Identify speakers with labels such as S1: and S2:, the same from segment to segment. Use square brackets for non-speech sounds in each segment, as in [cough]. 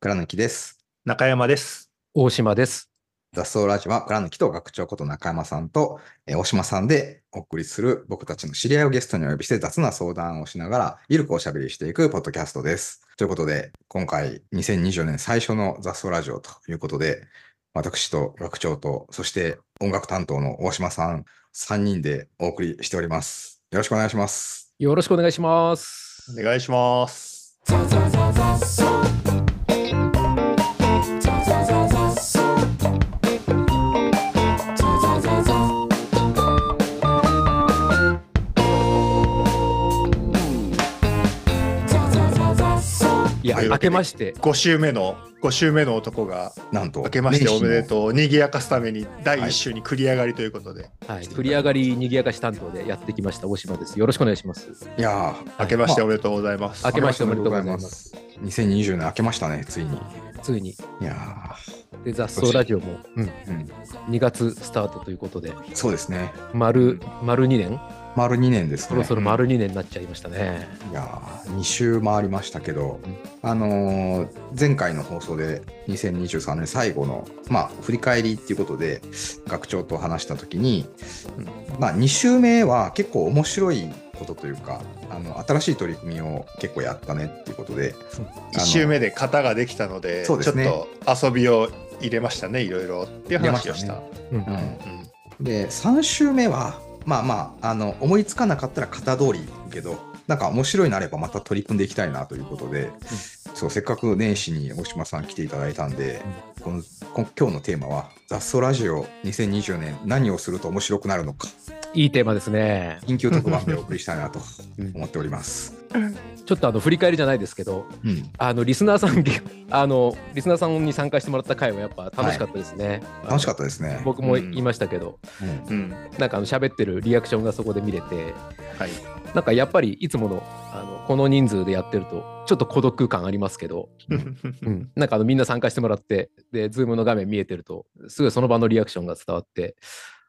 S1: 倉貫です。
S2: 中山です。
S3: 大島です。
S1: 雑草ラジオは倉貫と学長こと中山さんと、えー大島さんでお送りする僕たちの知り合いをゲストにお呼びして雑な相談をしながらゆるくおしゃべりしていくポッドキャストです。ということで、今回2024年最初の雑草ラジオということで、私と学長と、そして音楽担当の大島さん3人でお送りしております。よろしくお願いします。
S3: よろしくお願いします。
S2: お願いします。
S3: いや、
S2: はい
S3: 明けまして、
S2: 5週目の5週目の男が
S1: なんと、
S2: 明けましておめで
S1: う。
S2: とうにぎやかすために第1週に繰り上がりということで、
S3: はい、繰り上がり賑やかし担当でやってきました大島です。よろしくお願いします。
S1: いやー、
S2: 明けましておめでとうございます。
S3: 明けましておめでとうございます。
S1: 2020年明けましたね、ついに。
S3: ついに、
S1: いや
S3: で雑草ラジオも、うん、
S1: ー、うん、
S3: 2月スタートということで、
S1: そうですね。
S3: 丸丸2年、
S1: 丸2年ですね。
S3: そろそろ丸2年になっちゃいましたね。
S1: いやー、2週回りましたけど、
S3: うん
S1: あのー前回の放送で2023年最後の、まあ、振り返りっていうことで、学長と話したときに、まあ、2週目は結構面白いことというか、あの新しい取り組みを結構やったねっていうことで、
S2: 1週目で型ができたので
S1: そうで
S2: ちょ
S1: す
S2: っ
S1: ね
S2: と遊びを入れましたねいろいろっていう話をした。
S1: 入
S3: うん
S1: あのうん
S2: うん
S1: で3週目はまあまああの思いつかなかったら型通りいくけどなんか面白いなればまた取り組んでいきたいなということで、そうせっかく年始に大島さん来ていただいたんで、このこ今日のテーマは「雑草ラジオ2020年何をすると面白くなるのか
S3: いいテーマですね」。
S1: 緊急特番でお送りしたいなと
S3: うん
S1: 思っております。
S3: ちょっとあの振り返りじゃないですけど、
S1: うん、
S3: あのリスナーさんに [laughs] あのリスナーさんに参加してもらった回はやっぱ楽しかったですね。
S1: 楽しか
S3: っ
S1: ったですね。
S3: 僕も言いましたけど、
S1: うん
S2: うん
S3: なんかあの喋ってるリアクションがそこで見れて、
S2: はい、
S3: なんかやっぱりいつものあのこの人数でやってるとちょっと孤独感ありますけど、うんなんかあのみんな参加してもらってで Zoom の画面見えてるとすごいその場のリアクションが伝わって、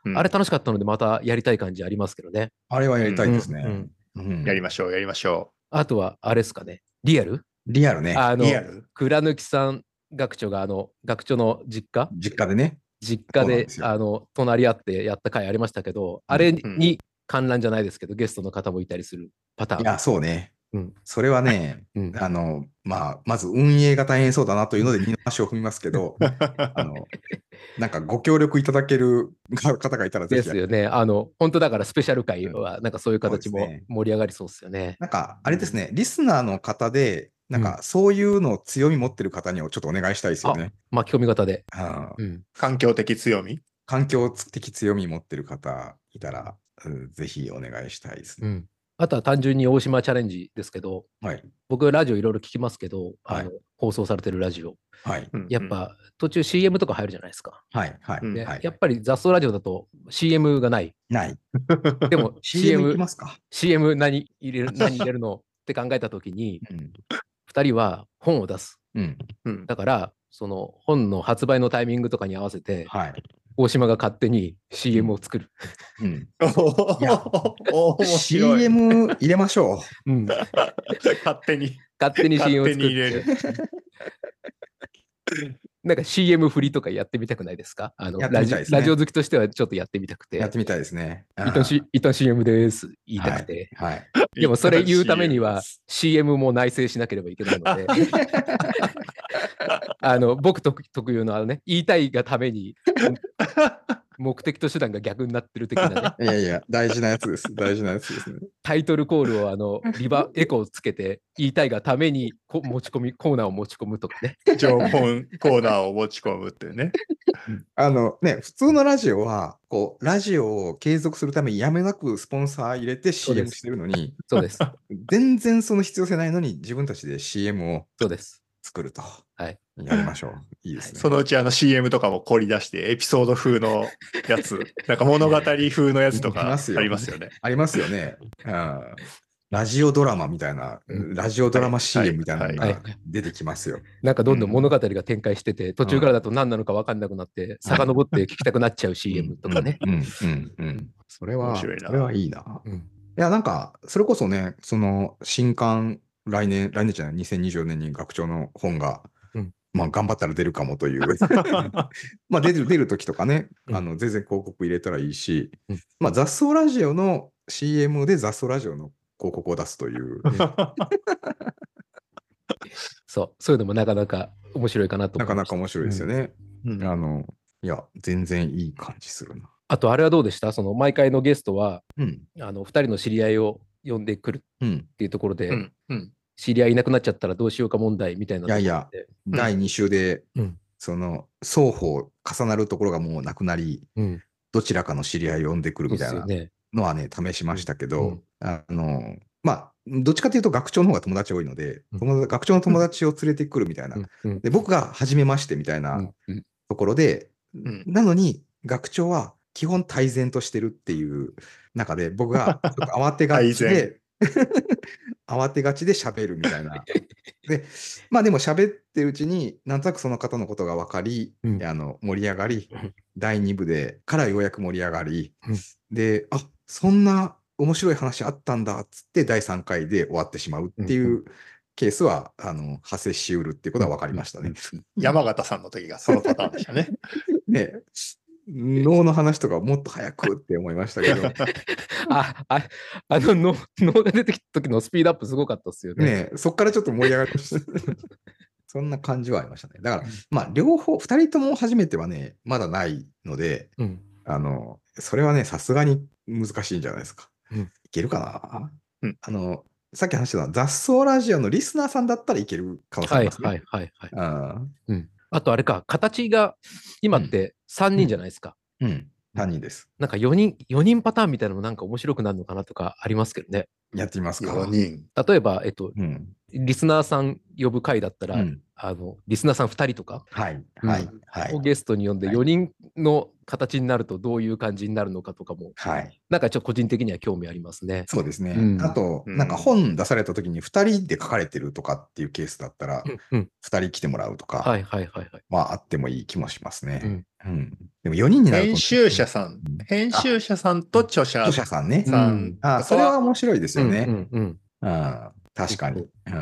S2: うん
S3: あれ楽しかったのでまたやりたい感じありますけどね。
S1: あれはやりたいですね。
S3: うん
S1: うん
S2: やりましょうやりましょ
S3: あとはあれですかねリアル
S1: リアルね
S3: あ
S2: う。
S3: の
S2: リアル
S3: 倉貫さん学長があの学長の実家
S1: 実家でね。
S3: 実家
S1: そうなん
S3: で
S1: ですよ
S3: あの隣り合ってやった回ありましたけどあれ
S2: うん
S3: に観覧じゃないですけどゲストの方もいたりするパタ
S1: い
S3: ーン
S1: やそうね。
S3: うん
S1: それはね
S3: うん。
S1: あの、まあ、まず運営が大変そうだなというので、二の足を踏みますけど、あの、なんかご協力いただける [laughs] 方がいたら、ぜ
S3: で
S1: ひ
S3: す、よね。あの、本当だからスペシャル会は、なんかそういう形
S1: そう
S3: も
S1: ですね
S3: 盛り上がりそうですよね。
S1: なんか、あれですね、リスナーの方で、なんか、そういうのを強み持ってる方にはちょっとお願いしたいですよね。
S3: 巻き込み型で。
S1: あの
S3: うん。
S2: 環境的強み
S1: 環境的強み持ってる方いたら、うんぜひお願いしたいですね。
S3: あとは単純に大島チャレンジですけど、
S1: はい。
S3: 僕、ラジオいろいろ聞きますけど、あの
S1: は
S3: 放送されてるラジオ。
S1: はい。
S3: やっ、ぱ途中 CM とか入るじゃないですか。
S1: はい。はい。
S2: うん
S3: で
S1: はい
S3: やっぱり雑草ラジオだと CM がない。
S1: ない。[laughs]
S3: でも
S1: CM いき
S3: CM
S1: ま、すか。
S3: CM 何入
S1: [laughs]
S3: れる、何入れるのって考えたときに、
S1: うん。
S3: 2人は本を出す。
S1: うん。
S2: うん
S3: だから、その本の発売のタイミングとかに合わせて、
S1: はい。
S3: 大島が勝手に CM を作る。
S1: うん。
S2: おー
S1: いや
S2: おー [laughs] 面白い
S1: CM 入れましょ
S3: うん
S2: [laughs] 勝手に
S3: 勝手に CM を作って
S2: 勝
S3: [laughs] なんか CM 振りとかやってみたくないですかあの
S1: やって
S3: ラ
S1: み
S3: ジ
S1: たい
S3: オ
S1: ですね
S3: ラジオ好きとしてはちょっとやってみたく
S1: う。
S3: て
S1: やっ、てみたいですね。
S3: 一旦 C- 一旦 CM です言いたくて、
S1: はい。
S3: でもそれ言うためには CM も内省しなければいけない
S1: [laughs]
S3: ので、あの僕特特有のあのね、言いたいがために目的と手段が逆になってる的な
S1: [laughs] い
S3: ね、
S1: やいや、大事なやつです。大事なやつですね。
S3: タイトルコールをあのリバエコーつけて、言いたいがためにこ持ち込み、コーナーを持ち込むとかね。
S2: 情報コーナーを持ち込むっていう [laughs] ね。
S1: あのね、普通のラジオは、こう、ラジオを継続するためにやめなくスポンサー入れて
S3: そうで
S1: CM
S3: す
S1: してるのに、
S3: そうです、
S1: 全然その必要性ないのに自分たちで CM を
S3: そうです。
S1: 作ると。
S3: はい。
S1: やりましょう。いいですね。
S2: そのうちあの CM とかも凝り出して、エピソード風のやつ、 [laughs] なんか物語風のやつと
S1: い
S2: かあ
S1: ますよ
S2: りますよね。
S1: ありますよね。うんラジオドラマみたいな、
S3: うん
S1: ラジオドラマ
S2: はい
S1: CM みたいなの
S3: はい
S1: が
S3: はい
S1: 出てきますよ。
S3: なんかどんどん
S2: うん
S3: 物語が展開してて、途中からだと何なのか分かんなくなって、遡って聞きたくなっちゃう CM とかね。
S1: うんうんうん。それは、
S2: 面
S1: そ
S2: 白いな
S1: れはいいな。
S3: うん
S1: いや、なんか、それこそね、その、新刊、来年、来年じゃない、2024年に学長の本が
S3: うん
S1: まあ、頑張ったら出るかも
S3: [laughs]
S1: という [laughs] まあ出る出る時とかね、
S3: うん
S1: あの全然広告入れたらいいし、
S3: うん
S1: まあ、雑草ラジオの CM で雑草ラジオの広告を出すと
S3: [laughs]
S1: いう、
S3: そう、そういうのもなかなか面白いかなと思
S1: ない
S3: ま
S1: か
S3: した
S1: なか面白いですよね。
S2: [laughs] うん
S1: あのいや、全然いい感じするな。
S3: あと、あれはどうでしたその毎回のゲストは、
S1: うん。
S3: あの2人の知り合いを呼んでくる
S1: うん。
S3: っていうところで、
S2: うんうん
S3: 知り合いいなくなっちゃったらどうしようか問題みたいなところで。
S1: いやいや第2週で、
S3: うん
S1: その双方重なるところがもうなくなり、
S3: うん、
S1: どちらかの知り合いを呼んでくる
S3: そう
S1: み
S3: で
S1: た
S3: す
S1: いな
S3: よね。
S1: のはね、試しましたけど、
S3: うん
S1: あの、まあ、どっちかというと学長の方が友達多いので、
S3: うん
S1: 友達学長の友達を連れてくるみたいな、
S3: うんうん
S1: で僕が初めましてみたい
S3: うん
S1: な
S3: うん
S1: ところで、
S2: ん
S1: なのに学長は基本対然としてるっていう中で、僕がちょっと慌てがち
S3: [laughs]
S1: で、 [laughs] 慌てがちで喋るみたいな。で、まあでも喋ってるうちに、なんとなくその方のことが分かり、
S3: うん
S1: あの盛り上がり
S3: うん、
S1: 第2部でからようやく盛り上がり、
S3: うん
S1: で、あそんな面白い話あったんだっつって、第3回で終わってしまうっていう。
S3: うん
S1: ケースはあの派生しうるっていうことは分かりましたね。
S2: 山形さんの時がそのパターンでした [laughs] ね。
S1: ね脳の話とかもっと早くって思いました
S3: [laughs]
S1: けど、
S3: ああ [laughs] あのの脳が出てきた時のスピードアップすごかったですよね。
S1: ねそこからちょっと盛り上がりました。 [laughs] そんな感じはありましたね。だから、まあ、両方、2人とも初めてはね、まだないので、
S3: うん
S1: あの、それはね、さすがに難しいんじゃないですか。
S3: うん
S1: いけるかな、
S2: うん
S1: あの、さっき話してた雑草ラジオのリスナーさんだったらいける可能性あ
S3: は
S1: り
S3: い
S1: ますね。
S3: はいはいはい。
S1: うん
S3: あとあれか、形が今って3人じゃないですか。
S1: うん。3人です。
S3: なんか4人、4人パターンみたいなのもなんか面白くなるのかなとかありますけどね。
S1: やってみますか。
S2: 4人。
S3: 例えば、えっと、
S1: うん。
S3: リスナーさん呼ぶ回だったら、
S1: うん
S3: あのリスナーさん2人とか
S1: はい、
S3: うん
S1: はい、はい
S3: を。ゲストに呼んで
S1: はい
S3: 4人の形になるとどういう感じになるのかとかも、
S1: はい。
S3: なんかちょっと個人的には興味ありますね。
S1: そうですね。
S3: うん
S1: あと、
S2: うん
S1: なんか本出された時に2人で書かれてるとかっていうケースだったら、
S3: うんうん、
S1: 2人来てもらうとか、
S3: はいはいはいはい。
S1: まああってもいい気もしますね。うん。でも4人になると、
S2: 編集者さん、編集者さんと著者
S1: 著者さんね。
S3: うん
S2: さん。
S1: あそれは面白いですよね。
S3: うんうんうん
S1: うん確かに。うん、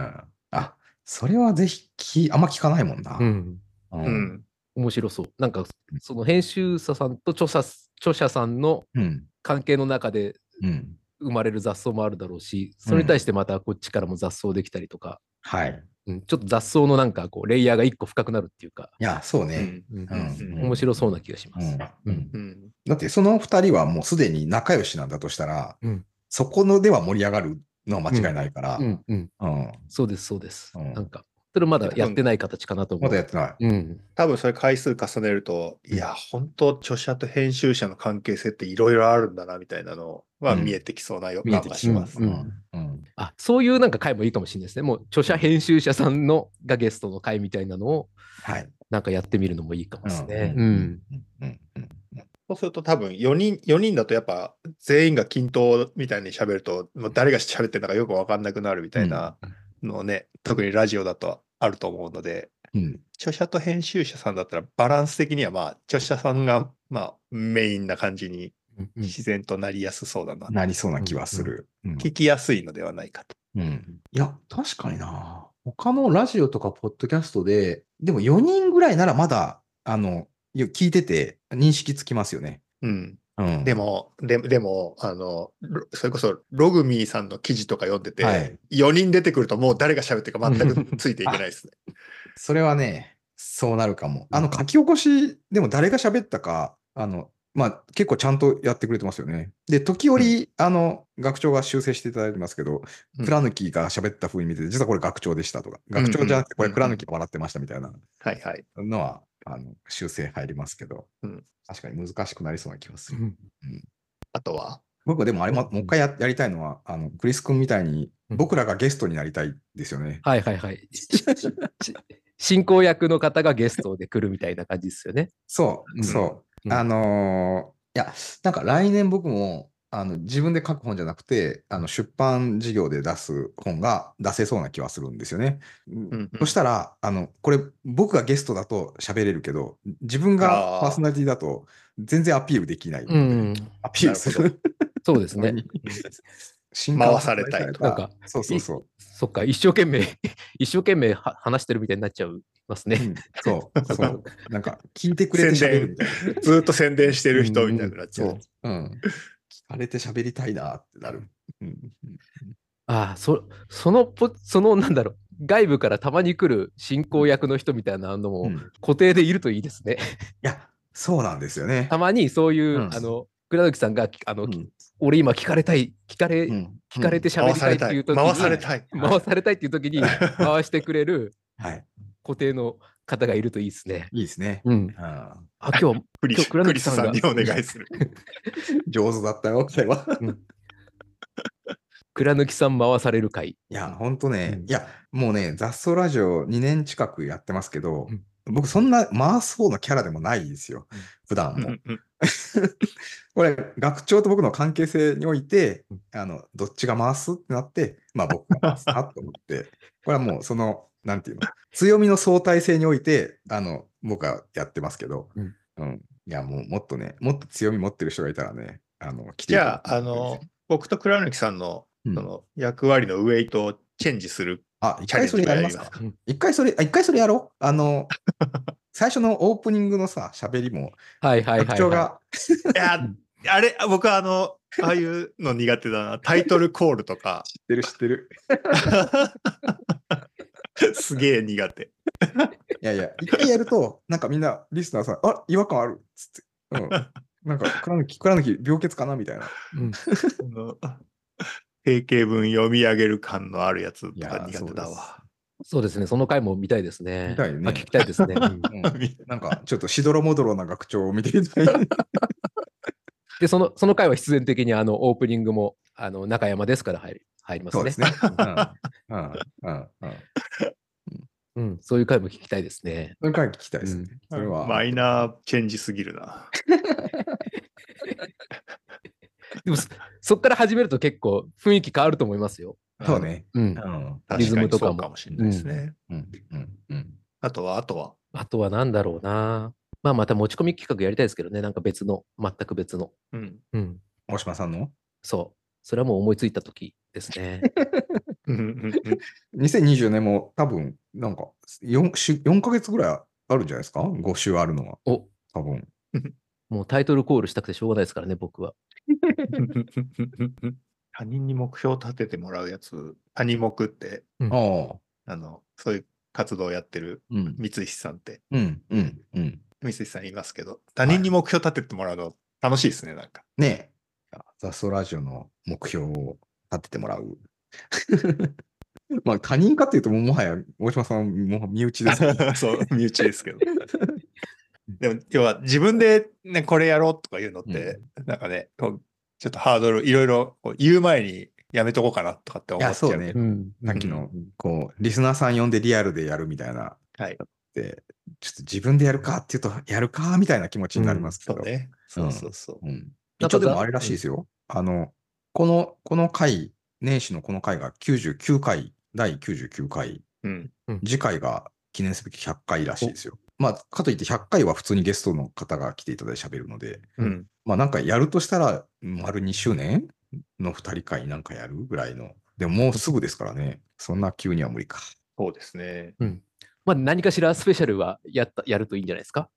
S1: あそれはぜひき、あんま聞かないもんな。
S3: うん
S1: う。
S2: うんん。
S3: 面白そう。なんかその編集者さんと著者著者さんの
S1: うん。
S3: 関係の中で
S1: うん。
S3: 生まれる雑草もあるだろうし、それに対してまたこっちからも雑草できたりとか、
S1: はい。
S3: うんちょっと雑草のなんかこうレイヤーが一個深くなるっていうか、
S1: いや、そう
S2: う
S1: ね。
S2: ん
S3: うん
S1: うん。うん
S3: 面白そうな気がします。
S1: うん
S3: うん
S2: うん
S1: だって、その2人はもうすでに仲良しなんだとしたら、
S3: うん
S1: そこのでは盛り上がるのは間違いないから、
S3: うんうん、
S1: うん
S3: そうです、そうです。
S1: うん
S3: なんか、それまだやってない形かなと思
S1: ま
S3: う
S1: だ。やってない。
S3: うん、
S2: 多分それ回数重ねると、いや、本当著者と編集者の関係性っていろいろあるんだな、みたいなのは見えてきそうな予
S1: 見え
S2: 感
S1: て
S2: が
S1: き
S2: します。
S1: ます。
S3: うん
S1: うん
S3: あそういうなんか回もいいかもしれないですね。もう著者編集者さんのがゲストの回みたいなのを
S1: はい。
S3: なんかやってみるのもいいかもですね。
S1: う
S3: うんん。
S1: うんうん
S2: そうすると多分4人、4人だとやっぱ全員が均等みたいに喋ると、もう誰が喋ってるのかよくわかんなくなるみたいなのね、特にラジオだとあると思うので、
S1: うん
S2: 著者と編集者さんだったらバランス的にはまあ著者さんがまあメインな感じに
S3: うんうん
S2: 自然となりやすそうだな。
S1: なりそうな気はする。うん
S2: 聞きやすいのではないかと。
S1: うんいや、確かにな。他のラジオとかポッドキャストで、でも4人ぐらいならまだ、あの、よ聞いてて認識つきますよね。
S2: うん。
S1: うん。
S2: でも、ででも、あの、ロそれこそログミーさんの記事とか読んでて、
S1: はい
S2: 4人出てくるともう誰が喋ってるか全くついていけないですね。
S1: それはね、そうなるかも。あの、書き起こし、でも誰が喋ったか、あの、まあ、結構ちゃんとやってくれてますよね。で、時折、あの、学長が修正していただいてますけど、
S2: うん
S1: 倉貫が喋った風に見てて、実はこれ学長でしたとか、学長じゃなくてこれ倉貫が笑ってましたみたいな
S2: はいはい。
S1: のは、あの、修正入りますけど、
S2: うん
S1: 確かに難しくなりそうな気がする。
S2: あとは、
S1: 僕はでもあれも、もう一回ややりたいのは、あの、クリス君みたいに、
S3: うん
S1: 僕らがゲストになりたいですよね。
S3: はいはいはい。し進行役の方がゲストで来るみたいな感じですよね。
S1: そう、
S2: うん
S1: そう。
S3: うん
S1: あのーいや、なんか来年僕も、あの、自分で書く本じゃなくて、あの、出版事業で出す本が出せそうな気はするんですよね。
S2: んうん
S1: そしたら、あの、これ、僕がゲストだと喋れるけど、自分が
S2: あー
S1: パーソナリティだと、全然アピールできない。
S3: うん、
S1: アピールす
S2: な
S1: る。
S3: そうで
S1: [laughs]
S3: す [laughs] ね。
S1: 進
S2: 回されたいと
S1: なん
S3: な
S1: か
S3: んか、
S1: そうそうそう。
S3: [laughs] そっか、一生懸命、一生懸命は話してるみたいになっちゃうますね。
S1: そう、そう。なんか、聞いてくれて喋るみたい
S2: ずーっと宣伝してる人みたいになっちゃう。
S3: そう
S1: な。うん。聞かれて喋りたいなってなる。うん。
S3: ああ、そそのポ、その、なんだろう、外部からたまに来る進行役の人みたいなの
S1: う
S3: も
S1: んい
S3: 固定でいるといいです [laughs] ね。
S1: や、そうなんですよね
S3: た。まにそういう、
S1: うん
S3: あの、倉貫さんが、あの、
S1: うん
S3: 俺今聞かれたい、聞かれ、
S1: うん
S3: 聞かれて喋
S2: 回
S3: り
S2: さ
S3: たい
S2: れ
S3: って
S2: た
S3: いう時に、
S2: い。回されたい。
S3: 回されたいっていう時に、回してくれる
S1: はい。
S3: 固定の方がいるといいですね。
S1: いいですね。
S3: うん。
S1: うん。
S3: あ、今日、
S2: クリ
S3: 今
S2: ス
S3: 日倉貫
S2: クリスさんに
S3: さ
S2: お
S3: んが
S2: 願いする。
S1: 上手だったよ、これは。
S3: 倉貫さん回される回。
S1: いや、ほんとね、
S3: うん
S1: いや、もうね、雑草ラジオ2年近くやってますけど、
S3: うん
S1: 僕そんな回す方のキャラでもないですよ
S3: うん、
S1: 普段
S2: う
S1: も。
S2: んうん
S1: これ、学長と僕の関係性において、あの、どっちが回すってなって、まあ僕が回すなと思って、これはもうその、なんていうの、強みの相対性において、あの、僕はやってますけど、
S3: う
S1: うんん。いや、もうもっとね、もっと強み持ってる人がいたらね、あの、来て
S2: じ
S1: いた
S2: ゃ
S1: だき
S2: あ、
S1: た
S2: あ
S1: いですね
S2: の、、僕と倉貫さんの
S1: うん
S2: その役割のウェイトをチェンジする。
S1: あ、一
S2: チャ
S1: 回
S2: レンジ
S1: それやります
S2: や
S1: か
S2: ります
S3: かうん
S1: 一回それ、あ一回それやろう。あ
S3: [laughs]
S1: の、最初のオープニングのさ、喋りも、
S3: はいはいはい、はい。
S1: 学長が、
S2: いや、あれ、僕はあの、ああいうの苦手だ [laughs] な。タイトルコールと [laughs] か、
S1: 知ってる知ってる。
S2: すげえ苦手。
S1: いやいや、一回やると、なんかみんな、リスナーさん、あ違和感あるっつって。う
S3: [laughs]
S1: ん。なんか、倉貫、倉貫、病欠かなみたいな。
S3: うん
S2: その定型文読み上げる感のあるやつ
S1: い
S2: と
S1: や
S2: か
S1: ー
S2: 苦手だわ。
S3: そうですね、その回も見たいですね。
S1: 見たいね
S3: あ聞きたいです
S1: [laughs]
S3: ね。うん [laughs]
S1: うん、
S2: [laughs]
S1: なんか、ちょっとしどろもどろな学長を見てみたい。
S3: で、その、その回は必然的にあのオープニングも、あの、中山ですから入り入ります
S1: [laughs] そう
S3: ね。
S1: ですね。うん。うん。うん。うん。
S3: うん、そういう回も聞きたいですね。
S1: それから聞きたいですね。それは。
S2: マイナーチェンジすぎるな。
S3: でもそ、そっから始めると結構雰囲気変わると思いますよ。
S1: そうね。
S3: うん
S1: う。ん。
S2: うん。
S3: リズムとかも
S2: 確にそうかもしれないですね。
S1: うん。うん。うん。
S2: あとは、あとは。
S3: あとは何だろうな。まあ、また持ち込み企画やりたいですけどね、なんか別の、全く別の。
S1: [laughs]
S2: うん。
S3: うん。
S1: 大島さんの
S3: そう。それはもう思いついた時です
S1: [laughs]
S3: ね。
S2: うんうんうん
S1: 2020年も多分、なんか4週、4ヶ月ぐらいあるんじゃないですか ?5 週あるのは。
S3: お
S1: 多分。
S3: もうタイトルコールしたくてしょうがないですからね、僕は。
S2: 他人に目標を立ててもらうやつ、他人目って、
S1: ああ。
S2: あの、そういう活動をやってる
S1: うん。
S2: 三石さんって、
S1: うん。うん。うん。
S2: 三石さんいますけど、他人に目標立ててもらうの楽しいですね、なんか。
S1: ねえ。雑草ラジオの目標を立ててもらう。 [laughs] まあ、他人かっていうと、もうもはや、大島さん、もう身内ですけ [laughs] ど。
S2: [laughs] そう、身内です
S1: [laughs]
S2: けど。でも、要は自分でね、これやろうとか言うのって、なんかね、こうちょっとハードル、いろいろこう言う前にやめとこうかなとかって
S1: い
S2: 思っちゃ
S1: や、
S2: う。
S1: そうね。
S3: ん。
S1: さっきの、こう、リスナーさん呼んでリアルでやるみたいな。
S2: はい。
S1: で、ちょっと自分でやるかっていうと、やるかみたいな気持ちになりますけ
S2: そ
S1: ど。
S2: うね。そうそうそう。
S1: うん。
S3: なん
S1: 一
S3: か
S1: 応でもあれらしいですよ。あの、この、この回、年始のこの回が99回、第99回、
S2: うん。
S1: 次回が記念すべき100回らしいですよ。まあ、かといって100回は普通にゲストの方が来ていただいて喋るので、
S2: うん。
S1: まあなんかやるとしたら、丸2周年の2人会なんかやるぐらいの。でももうすぐですからね。そんな急には無理か。
S2: そうですね。
S3: まあ、何かしらスペシャルはやった、やるといいんじゃないですか。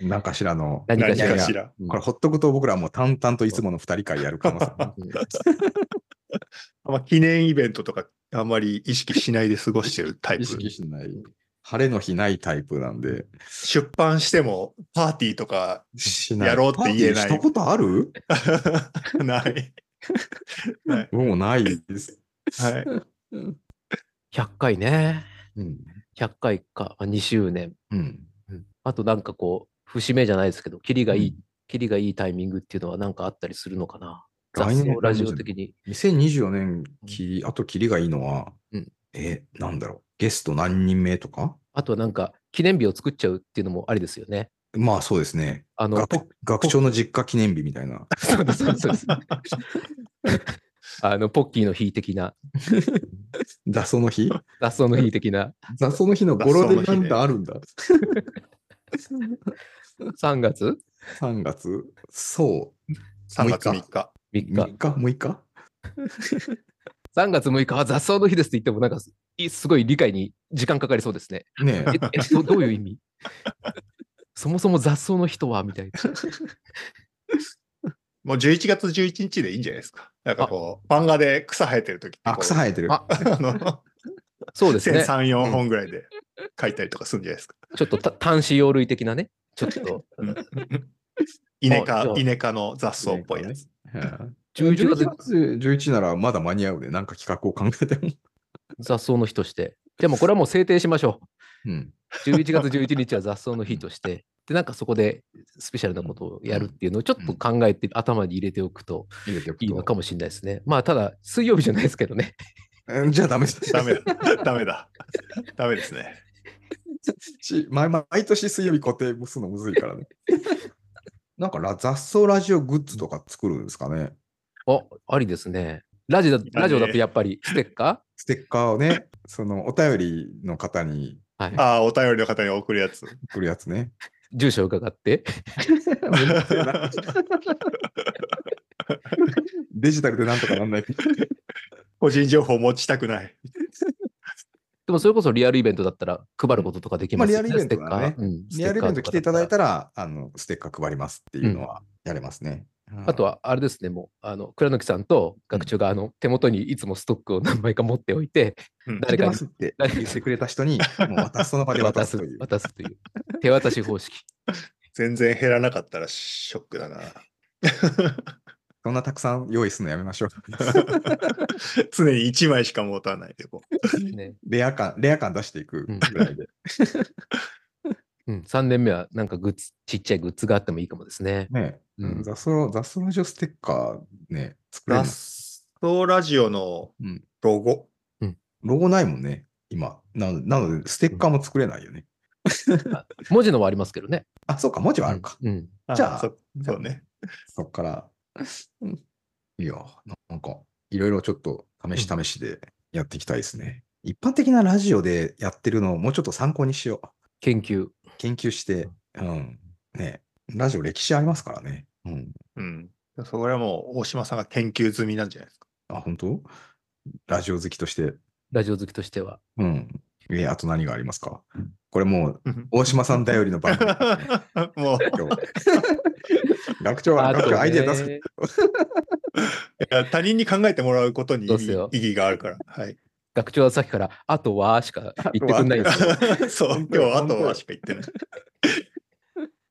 S1: なんかしらの。
S3: 何かしら。
S2: 何かしら
S3: うん
S1: これほっとくと僕らもう淡々といつもの2人会やる可能性
S3: [laughs]
S1: も [laughs]
S3: うん
S2: あんま記念イベントとか、あんまり意識しないで過ごしてるタイプ
S1: 意。識しない。晴れの日ないタイプなんで。
S2: 出版しても、パーティーとか
S1: し
S2: やろうって言えない
S1: パーティーしたことある
S2: ない。ない。
S1: 僕もないです。
S2: はい。
S3: 100回ね。
S1: うん。
S3: 100回か、あ2周年。
S1: うん。
S3: あとなんかこう、節目じゃないですけど、キリがいい、キリがいいタイミングっていうのはなんかあったりするのかな。雑
S1: 来年
S3: 草ラジオ的に。
S1: 2024年き、あとキリがいいのは、
S3: うん
S1: え、なんだろう。ゲスト何人目とか
S3: あとはなんか、記念日を作っちゃうっていうのもありですよね。
S1: まあそうですね。
S3: あの、
S1: 学学長の実家記念日みたいな。
S3: そうですそうですあの、ポッキーの日的な、
S1: 雑草の
S3: [laughs]
S1: 日
S3: 雑草の日的な、
S1: 雑草の日の語呂でなんだあるんだ。
S3: 3月
S1: 3月、そう、
S2: 3月
S3: 3
S2: 3日。
S1: 3
S3: 日。
S1: 日 ?6 日
S3: 3月6日は雑草の日ですって言っても、なんかす、いすごい理解に時間かかりそうですね。
S1: ね
S3: え、えど [laughs] どういう意味そもそも雑草の人はみたいな。
S2: もう11月11日でいいんじゃないですか。なんかこう、漫画で草生えてる時ってこう
S1: あ、草生えてる。
S3: あ
S2: あの、
S3: そうです
S2: 千
S3: ね。
S2: 三四本 [laughs] ぐらいで書いたりとかするんじゃないですか。
S3: ちょっとた端子用類的なね。ちょっと、
S2: うん稲
S3: あじゃ
S2: 科
S3: あ
S2: 稲科の雑草っぽいやつ。
S1: うん11
S3: 11月
S1: 月11ならまだ間に合うね。なんか企画を考えても。
S3: 雑草の日として。でもこれはもう制定しましょ
S1: うん。
S3: う。11月11日は雑草の日として。で、なんかそこでスペシャルなことをやるっていうのをちょっと考えて、頭に入れておくと
S1: 入れておくと
S3: いいのかもしれないですね。まあ、ただ、水曜日じゃないですけどね。
S1: うんじゃあダメです。
S2: ダメだ。ダメだ。ダメですね。
S1: し毎毎年水曜日固定するのむずいからね。 [laughs] なんかラ雑草ラジオグッズとか作るんですかね。
S3: あ、ありですね。ラジオだラジオだとやっぱりステッカ
S1: ステッカーをね、そのお便りの方に
S3: ー、はい、
S2: [laughs] ああ、お便りの方に送るやつ。
S1: 送るやつね。
S3: 住所を伺って、
S1: デジタルでなんとかなんない。 [laughs]
S2: 個人情報持ちたくない。
S3: でもそれこそリアルイベントだったら配ることとかできます
S1: ま
S3: よ
S1: あリアルイベントならね
S3: ステッカーうん
S1: リアルイベント来ていただい
S3: ステ
S1: た
S3: ッカーとか
S1: ら、あのステッカー配りますっていうのはやれますね。
S3: ら。あと
S1: は、
S3: は、あれですね、もう、あの、倉貫さんと学長が、あの、手元にいつもストックを何枚か持っておいて、
S2: うん
S3: 誰
S1: 誰か
S3: かに
S1: ますって言ってくれた人に、もう渡すその場で渡
S3: 渡
S1: す
S3: す
S1: とい、う。
S3: [laughs] 渡すという。手渡し
S1: [laughs]
S3: 方式。
S2: 全然減らなかったらショックだな。 [laughs]
S1: そんなたくさん用意するのやめま [laughs] しょう。
S2: 常に1枚しか持たないでこう
S3: ね。
S1: レア感、レア感出していくぐらいで。
S3: うん、3年目は、なんかグッズ、ちっちゃいグッズがあってもいいかもですね。
S1: ね、
S3: うん
S1: 雑草、雑草ラジオステッカーね、作れるの
S2: ラストラジオの
S1: うん
S2: ロゴ。
S1: ロゴないもんね、今。なので、なのでステッカーも作れないよね。
S3: 文字のはありますけどね。
S1: あ、そうか、文字はあるか。
S3: うん。うん
S1: じゃあ
S2: そそうね。
S1: そっから。うんいや、なんか、いろいろちょっと試し試しでやっていきたいですね。一般的なラジオでやってるのをもうちょっと参考にしよ
S3: 研究。
S1: う。研究して、うん。ね、ラジオ歴史ありますからね。うん。
S2: うん。それはもう大島さんが研究済みなんじゃないですか。
S1: あ、本当ラジオ好きとして。
S3: ラジオ好きとしては。
S1: うん。え、あと何がありますかこれもう、
S2: うん
S1: 大島さん頼りの
S3: [laughs]
S1: 番組。
S2: [laughs] も
S1: 今
S2: う、
S1: 日学長は、学長、アイデア出す。
S3: ね
S2: いや他人に考えてもらうことに意
S3: そうっすよ
S2: 義意義があるから。はい。
S3: 学長はさっきから、あとはしか言ってくんないんですよ。
S2: そう、
S1: 本当
S2: 今
S1: よ
S2: 日あと
S1: 本当よ
S2: はしか言ってない。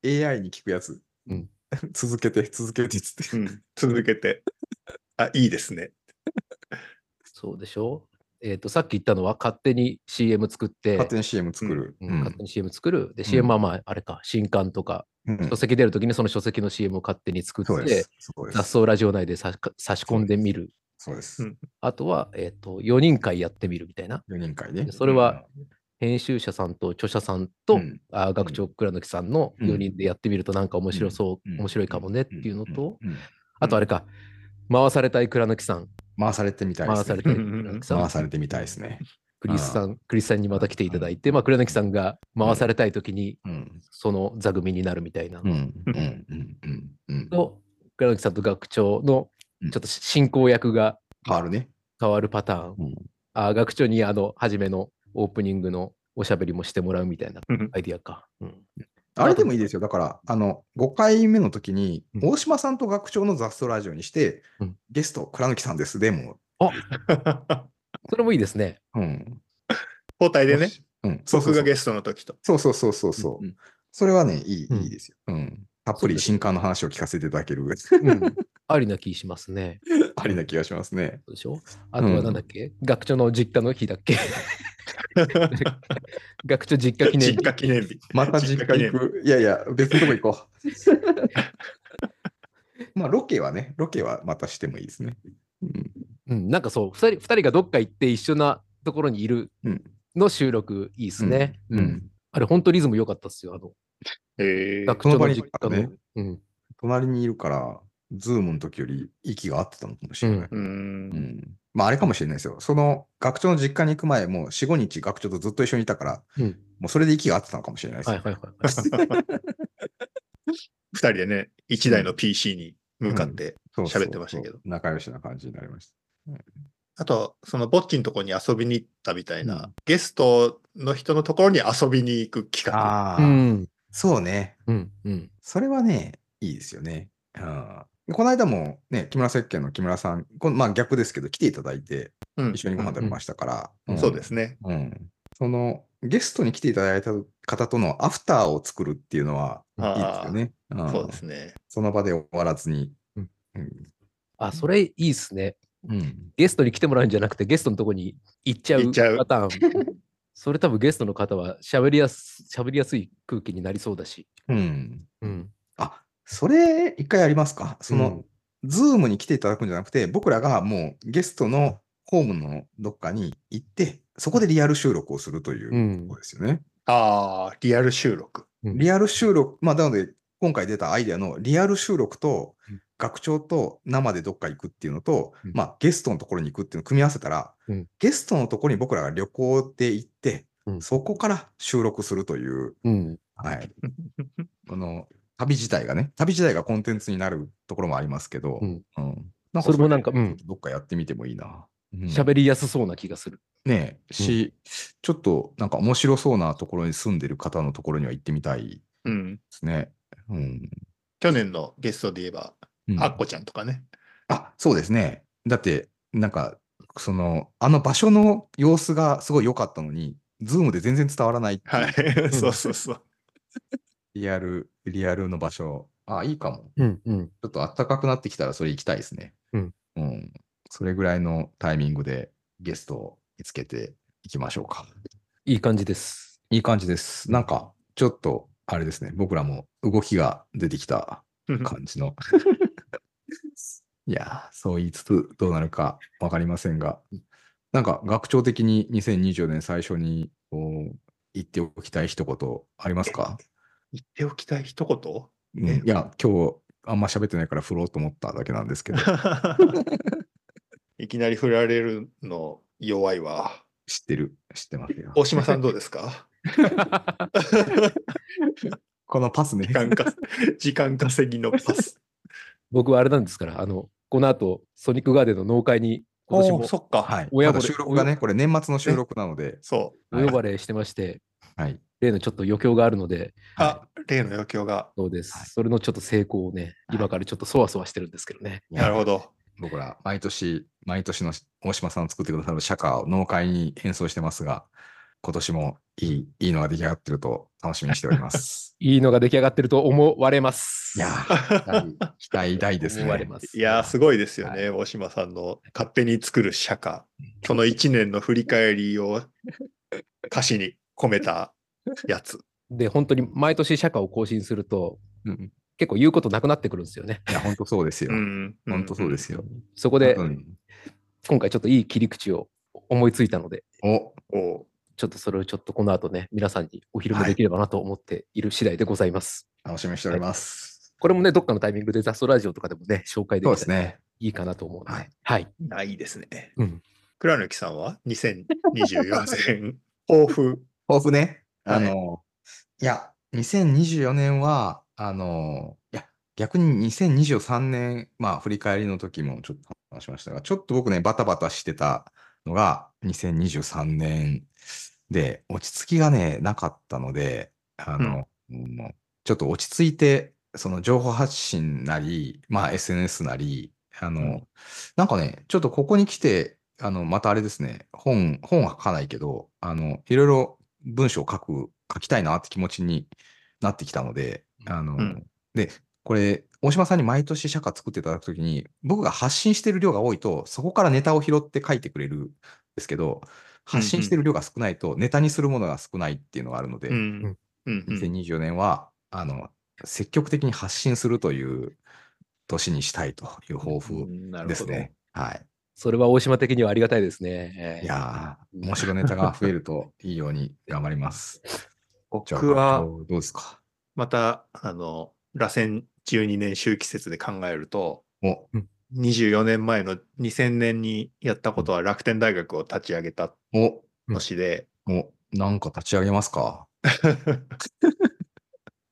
S1: AI に聞くやつ。
S3: うん
S1: [laughs] 続けて、続けて、つって。
S2: うん続けて。あ、いいですね。
S3: そうでしょえっ、と、さっき言ったのは、勝手に CM 作って、
S1: 勝手に CM 作る。
S3: うん
S1: うん
S3: 勝手に CM 作る。で、CM はまあ、あれか、新刊とか、
S1: うん
S3: 書籍出るときにその書籍の CM を勝手に作
S1: そう
S3: っ
S1: で
S3: て
S1: す、。そうで
S3: 雑
S1: す。
S3: 草ラジオ内で差し差し込んでみる。
S1: そうです
S2: うん
S3: あとは、えっ、と、4人会やってみるみたいな。
S1: 4人会ね。
S3: それは編集者さんと著者さんと、
S1: うん
S3: あ学長倉貫さんの
S1: うん
S3: 4人でやってみるとなんか面白そう、
S1: うん
S3: 面白いかもねって
S1: うん、
S3: いうのと、
S1: ん、うん
S3: あとあれか、回されたい倉貫さん、
S1: 回されてみたいで
S3: 回
S1: すね。
S3: されたい倉貫さん、
S1: 回されてみたいですね。
S3: クリスさん、クリスさんにまた来ていただいて、まあ、倉貫さんが回されたいときに、
S1: うん。
S3: その座組になるみたいな。
S1: うん。うん。うん。うん。うん
S3: と、倉貫さんと学長の
S1: うん
S3: ちょっと進行役が
S1: 変わるね。
S3: 変わるパターン。
S1: うん
S3: あ学長にあの、初めのオープニングのおしゃべりもしてもらうみたいな
S2: うん
S3: アイディアか。うん
S1: あれでもいいですよ。だから、あの、5回目の時に、
S3: うん
S1: 大島さんと学長の雑草ラジオにして、
S3: うん
S1: ゲスト、倉貫さんです。でも、
S3: それもいいですね。
S1: うん。
S2: 交代でね、
S1: うん。そうそうそ
S2: 僕が
S1: う
S2: ゲストの時と。
S1: そうそうそうそうそう。
S3: うん
S1: それはね、いい、
S3: うん
S1: いいですよ。うん。たっぷり新刊の話を聞かせていただける
S3: うんありな気しますね。
S1: [laughs] ありな気がしますね。
S3: そうでしょあとはなんだっけ、学長の実家の日だっけ [laughs] 学長実家記念
S2: 実
S3: 日。
S2: 家記念日。
S1: また実家に行く。いやいや、別のとこ行こう。 [laughs] まあ、ロケはね、ロケはまたしてもいいですね。うん。
S3: うん、なんかそう、二人二人がどっか行って一緒なところにいる
S1: うん
S3: の収録いいですね。
S1: うんうん
S3: あれ、本当リズム良かったっすよ。あの、
S2: えー
S3: 学長
S1: この場
S3: の
S1: に
S3: 実家の。
S1: ね
S3: うん、
S1: 隣にいるから、ズームの時より息が合ってたのかもしれない。
S2: うーん
S1: うんまあ、あれかもしれないですよ。その学長の実家に行く前、もう4、5日学長とずっと一緒にいたから、
S3: うん
S1: もうそれで息が合ってたのかもしれないです
S3: はい
S1: よ。
S3: はいはいはい。
S2: 二人でね、一台の PC に向かって。
S1: そうそうそう
S2: 喋ってましたけど
S1: 仲良しな感じになりまし
S2: あと、そのぼっちのとこに遊びに行ったみたいな、
S1: うん
S2: ゲストの人のところに遊びに行く企画。
S1: あ
S3: う
S1: あ、
S3: ん。
S1: そうね。
S3: うん。うん。
S1: それはね、いいですよね。うん、でこの間もね、木村石鹸の木村さん、このまあ逆ですけど、来ていただいて、
S2: うん
S1: 一緒にご飯食べましたから。
S3: うん
S2: そうですね。
S1: うん。その、ゲストに来ていただいた方とのアフターを作るっていうのは、いいですよね。うん
S2: そうですね。
S1: その場で終わらずに。
S3: うん
S1: うん
S3: あ、それいいっすね。
S1: うん
S3: ゲストに来てもらうんじゃなくて、ゲストのとこに行っちゃ
S2: 行
S3: う
S2: っちゃう
S3: パターン。それ多分ゲストの方は喋りやす喋りやすい空気になりそうだし。
S1: うん。
S3: うん。
S1: あ、それ、一回やりますか。その、
S3: うん
S1: ズームに来ていただくんじゃなくて、僕らがもうゲストのホームのどっかに行って、そこでリアル収録をするといううんことですよね。
S2: ああ、リアル収録。
S3: うん
S1: リアル収録、まあ、なので、今回出たアイデアのリアル収録と
S3: うん、
S1: 学長と生でどっか行くっていうのと、
S3: うん
S1: まあ、ゲストのところに行くっていうのを組み合わせたら、
S3: うん
S1: ゲストのところに僕らが旅行で行って、
S3: うん
S1: そこから収録するという、
S3: うん。
S1: はい、この旅自体がね、旅自体がコンテンツになるところもありますけど、
S3: うん
S1: うんなんか
S3: それもなんか、うん。
S1: どっかやってみてもいいな。うん
S3: 喋りやすそうな気がする。
S1: ねえし、ちょっとなんか面白そうなところに住んでる方のところには行ってみたい
S2: うん。
S1: ですね。うん。
S2: 去年のゲストで言えば、
S1: うん
S2: アッコちゃんとかね。
S1: あ、そうですね。だって、なんか、その、あの場所の様子がすごい良かったのに、ズームで全然伝わらないっていう
S2: はい。 [laughs] そうそうそう。
S1: リアル、リアルの場所。あ、いいかも。
S3: うん。うん。
S1: ちょっと暖かくなってきたらそれ行きたいですね。
S3: うん。
S1: うん。それぐらいのタイミングでゲストを見つけていきましょうか。
S3: いい感じです。 [laughs]
S1: いい感じです。なんか、ちょっと、あれですね、僕らも動きが出てきた感じ [laughs] の。いやー、そう言いつつどうなるかわかりませんが、なんか学長的に2024年最初にこう言っておきたい一言ありますか、
S2: 言っておきたい一言
S1: うん
S2: え
S1: いや、今日あんま喋ってないから振ろうと思っただけなん [laughs] ですけど、知
S2: いきなり振られるの弱いわ。
S1: ってる、知ってますよ。
S2: 大島さんどうですか
S1: このパスね
S2: 時。間 [laughs] か時間稼ぎのパス。
S3: 僕はあれなんですから、あの、この後、ソニックガーデンの農会に今年
S2: [laughs] おー
S3: も
S2: そっか。
S1: はい。
S3: 親
S1: まだ
S3: 子で
S1: 収録がね、これ年末の収録なので、
S2: そう。
S3: お呼ばれしてまして、
S1: はい。
S3: 例のちょっと余興があるので、
S2: あ、例の余興が。
S3: そうです。
S1: はい
S3: それのちょっと成功をね、
S1: はい
S3: 今からちょっとそわそわしてるんですけどね。
S2: なるほど。
S1: 僕ら、毎年、毎年の大島さんの作ってくださる社歌を農会に演奏してますが、今年もいい、いいのが出来上がってると楽しみにしており
S3: [laughs]
S1: ます。
S3: いいのが出来上がってると思われます。
S1: いやー、期待期待大です
S3: [laughs]
S1: ね。
S3: 思われます
S2: いやー、すごいですよね。大島さんの勝手に作る社歌。その一年の振り返りを歌詞に込めたやつ。
S3: で、本当に毎年社歌を更新すると、
S1: うん
S3: 結構言うことなくなってくるんですよね。
S1: いや、本当そうですよ
S2: う。ん。
S1: 本当そうですよ。
S3: そこで
S1: 多、分
S3: 今回ちょっといい切り口を思いついたので、
S1: お、
S2: うん。おう
S3: ちょっとそれをちょっとこの後ね、皆さんにお披露目できればなと思っている次第でございます。
S1: 楽しみにしております。
S3: これもね、どっかのタイミングでザストラジオとかでもね、紹介で
S1: そう
S3: き
S1: です
S3: たら
S1: ね。
S3: いいかなと思うので、
S1: は
S3: はいい、
S2: ないいですね。
S3: うん
S2: 倉貫さんは2024年、 [laughs] 抱負。
S1: 抱負ね。
S2: はい
S1: あの、いや、2024年は、あの、いや、逆に2023年、まあ、振り返りの時もちょっと話しましたが、ちょっと僕ね、バタバタしてたのが、2023年で、落ち着きがね、なかったので、あの、もうちょっと落ち着いて、その情報発信なり、まあ、SNS なり、あの、
S2: うん
S1: なんかね、ちょっとここに来て、あの、またあれですね、本、本は書かないけど、あの、いろいろ文章を書く、書きたいなって気持ちになってきたので、あの、
S2: うん
S1: で、これ、大島さんに毎年社歌作っていただくときに、僕が発信してる量が多いと、そこからネタを拾って書いてくれるんですけど、発信してる量が少ないと、ネタにするものが少ないっていうのがあるので、
S2: うん。うんうん
S1: 2024年は、あの、積極的に発信するという年にしたいという抱負
S2: な
S1: で
S2: るほ
S1: す
S2: ど。
S1: ね。はい。
S3: それは大島的にはありがたいですね。
S1: いやー、面白ネタが増えるといいように頑張り
S2: [laughs]
S1: ます。じゃあ
S2: 僕は、
S1: どうですか
S2: また、あの、螺旋12年周期説で考えると、
S1: お、
S2: 24年前の2000年にやったことは楽天大学を立ち上げた
S1: お、
S2: 年で、
S1: お、なんか立ち上げますか
S2: [laughs]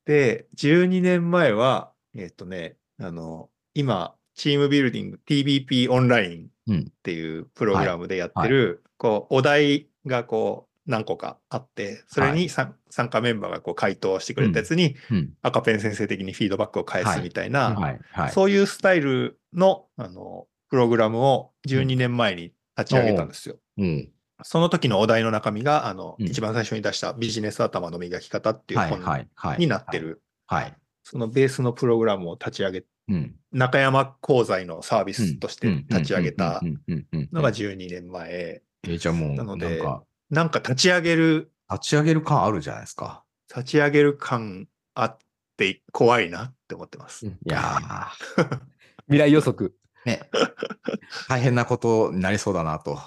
S2: で、12年前は、えっ、とね、あの、今、チームビルディング TBP オンラインっていうプログラムでやってる、こう、お題がこう、何個かあって、それに参、参加メンバーがこう回答してくれたやつに、
S1: うん。
S2: 赤ペン先生的にフィードバックを返すみたいな、
S3: はい
S1: はい。はい。
S2: そういうスタイルの、あの、プログラムを12年前に立ち上げたんですよ。
S1: うん。
S2: その時のお題の中身が、あの、
S1: うん
S2: 一番最初に出したビジネス頭の磨き方っていう
S1: はい。
S2: 本
S1: はい。はい。
S2: になって。る、
S1: はい。
S2: そのベースのプログラムを立ち上げ、
S1: うん。
S2: 中山鉱材のサービスとして立ち上げた
S1: うんうんうんうんうん
S2: のが12年前。
S1: えーじゃあもう、な
S2: なんので
S1: か、
S2: なんか立ち上げる、
S1: 立ち上げる感あるじゃないですか。
S2: 立ち上げる感あって怖いなって思ってます。
S1: いやー、
S3: 未来予測。
S2: [laughs]
S1: ね。大変なことになりそうだなと。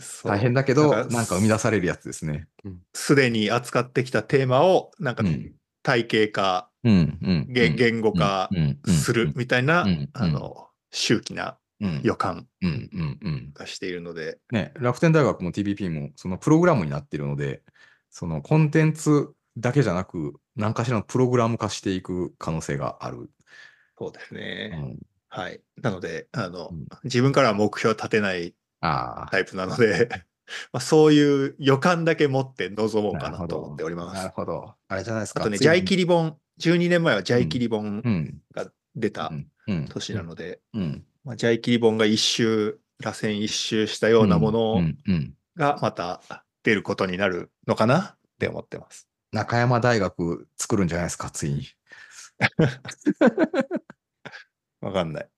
S2: そう
S1: 大変だけど、な
S2: な
S1: んん
S2: か
S1: か生み出されるやつですね。
S2: すでに扱ってきたテーマを、なんか
S1: うん。
S2: 体系化、
S1: うん。うん。
S2: げ言語化するみたいな、
S1: うん
S2: あの、周期な
S1: うん。うん。
S2: 予感
S1: うん。うん。うん。
S2: がしているので、
S1: ね、楽天大学も TBP もそのプログラムになっているので、そのコンテンツだけじゃなく、何かしらのプログラム化していく可能性がある。
S2: そうです
S1: う
S2: ね。
S1: ん、
S2: はい。なので、あの、
S1: うん
S2: 自分からは目標を立てない
S1: あ
S2: タイプなので、 [laughs] まあ、そういう予感だけ持って臨もうか
S1: なる
S2: な
S1: ほど
S2: と思っており
S1: あ、
S2: ま
S1: な
S2: す
S1: る。ほど。あれじゃないです
S2: あ
S1: か。
S2: とね、
S1: つい
S2: ジャイキリ本、12年前はジャイキリ本
S1: うん。
S2: が出た
S1: うんうん。
S2: 年なので、
S1: うん。
S2: まあ、ジャイキリ本が一周、螺旋一周したようなも
S1: う
S2: の
S1: んうん
S2: がまた出ることになるのかなって思ってます。
S1: 中山大学作るんじゃないですか、ついに。
S2: わかんない。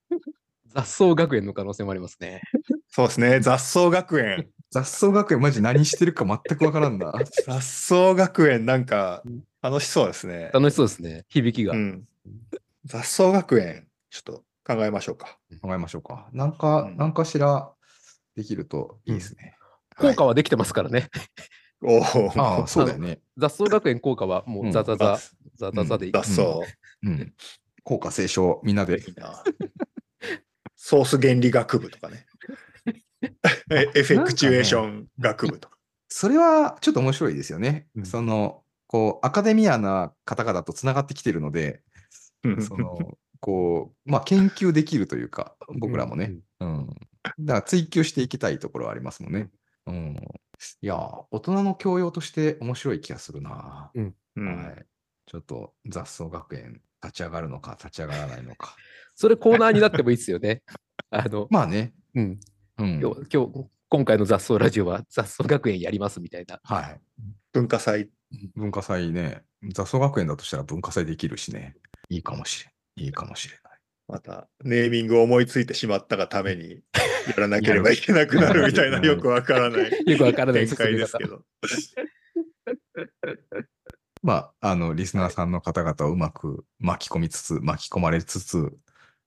S3: 雑草学園の可能性もありますね。
S2: そうですね、雑草学園。
S1: 雑草学園、マジ何してるか全くわからんな。
S2: 雑草学園なんか楽しそうですね。
S3: 楽しそうですね。響きが。
S2: うん。雑草学園、ちょっと考えましょうか。
S1: 考えましょうか。なんか
S2: う、ん
S1: なんかしらできるといいですね。
S3: 効果はできてますからね。
S2: おー
S1: ああ、そうだよね。
S3: 雑草学園効果はもうザザザ、ザザザでいい。
S2: 雑草。
S1: うん。効果斉唱、みんなで
S2: いいな。ソース原理学部と [laughs] かね。えエフェクチュエーション学部とか。
S1: それはちょっと面白いですよね。
S3: うん
S1: そのこうアカデミアな方々とつながってきてるので、そのこうまあ研究できるというか僕らもね、うんだから追求していきたいところはありますもんね。うん、いやー大人の教養として面白い気がするな、
S2: うん
S1: はい。ちょっと雑草学園立ち上がるのか立ち上がらないのか。
S3: それコーナーになってもいいですよね。 [laughs] あの、
S1: まあね。
S3: うん、
S1: うん、
S3: 今日、今日今回の雑草ラジオは雑草学園やりますみたいな。
S1: はい。
S2: 文化祭、
S1: 文化祭ね。雑草学園だとしたら文化祭できるしね。いいかもしれん。いいかもしれない。
S2: またネーミングを思いついてしまったがためにやらなければいけなくなるみたいな
S1: やる
S2: よくわからない
S3: よくわからない
S2: 展開ですけど。
S1: まあ、あの、リスナーさんの方々をうまく巻き込みつつ、巻き込まれつつ、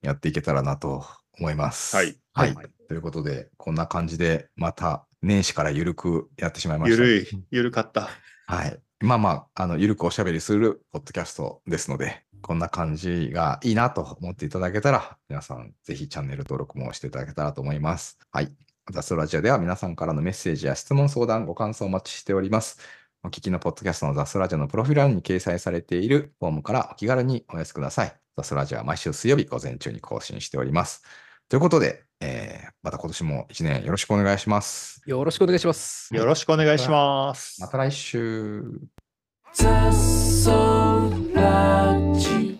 S1: やっていけたらなと思います。
S2: はい
S1: はい。
S2: はい
S1: ということで、こんな感じで、また、年始からゆるくやってしまいまし
S2: ゆ
S1: た。
S2: るい、ゆるかった。
S1: はい。まあまあ、あの、ゆるくおしゃべりするポッドキャストですので、こんな感じがいいなと思っていただけたら、皆さんぜひチャンネル登録もしていただけたらと思います。はい。ザスラジオでは皆さんからのメッセージや質問、相談、ご感想をお待ちしております。お聞きのポッドキャストのザスラジオのプロフィールに掲載されているフォームからお気軽にお寄せください。ザスラジオは毎週水曜日午前中に更新しております。ということで、えーまた今年も一年よろしくお願いします。
S3: よろしくお願いします。
S2: よろしくお願いします
S1: ま。た来週。
S4: 雑草ラジオ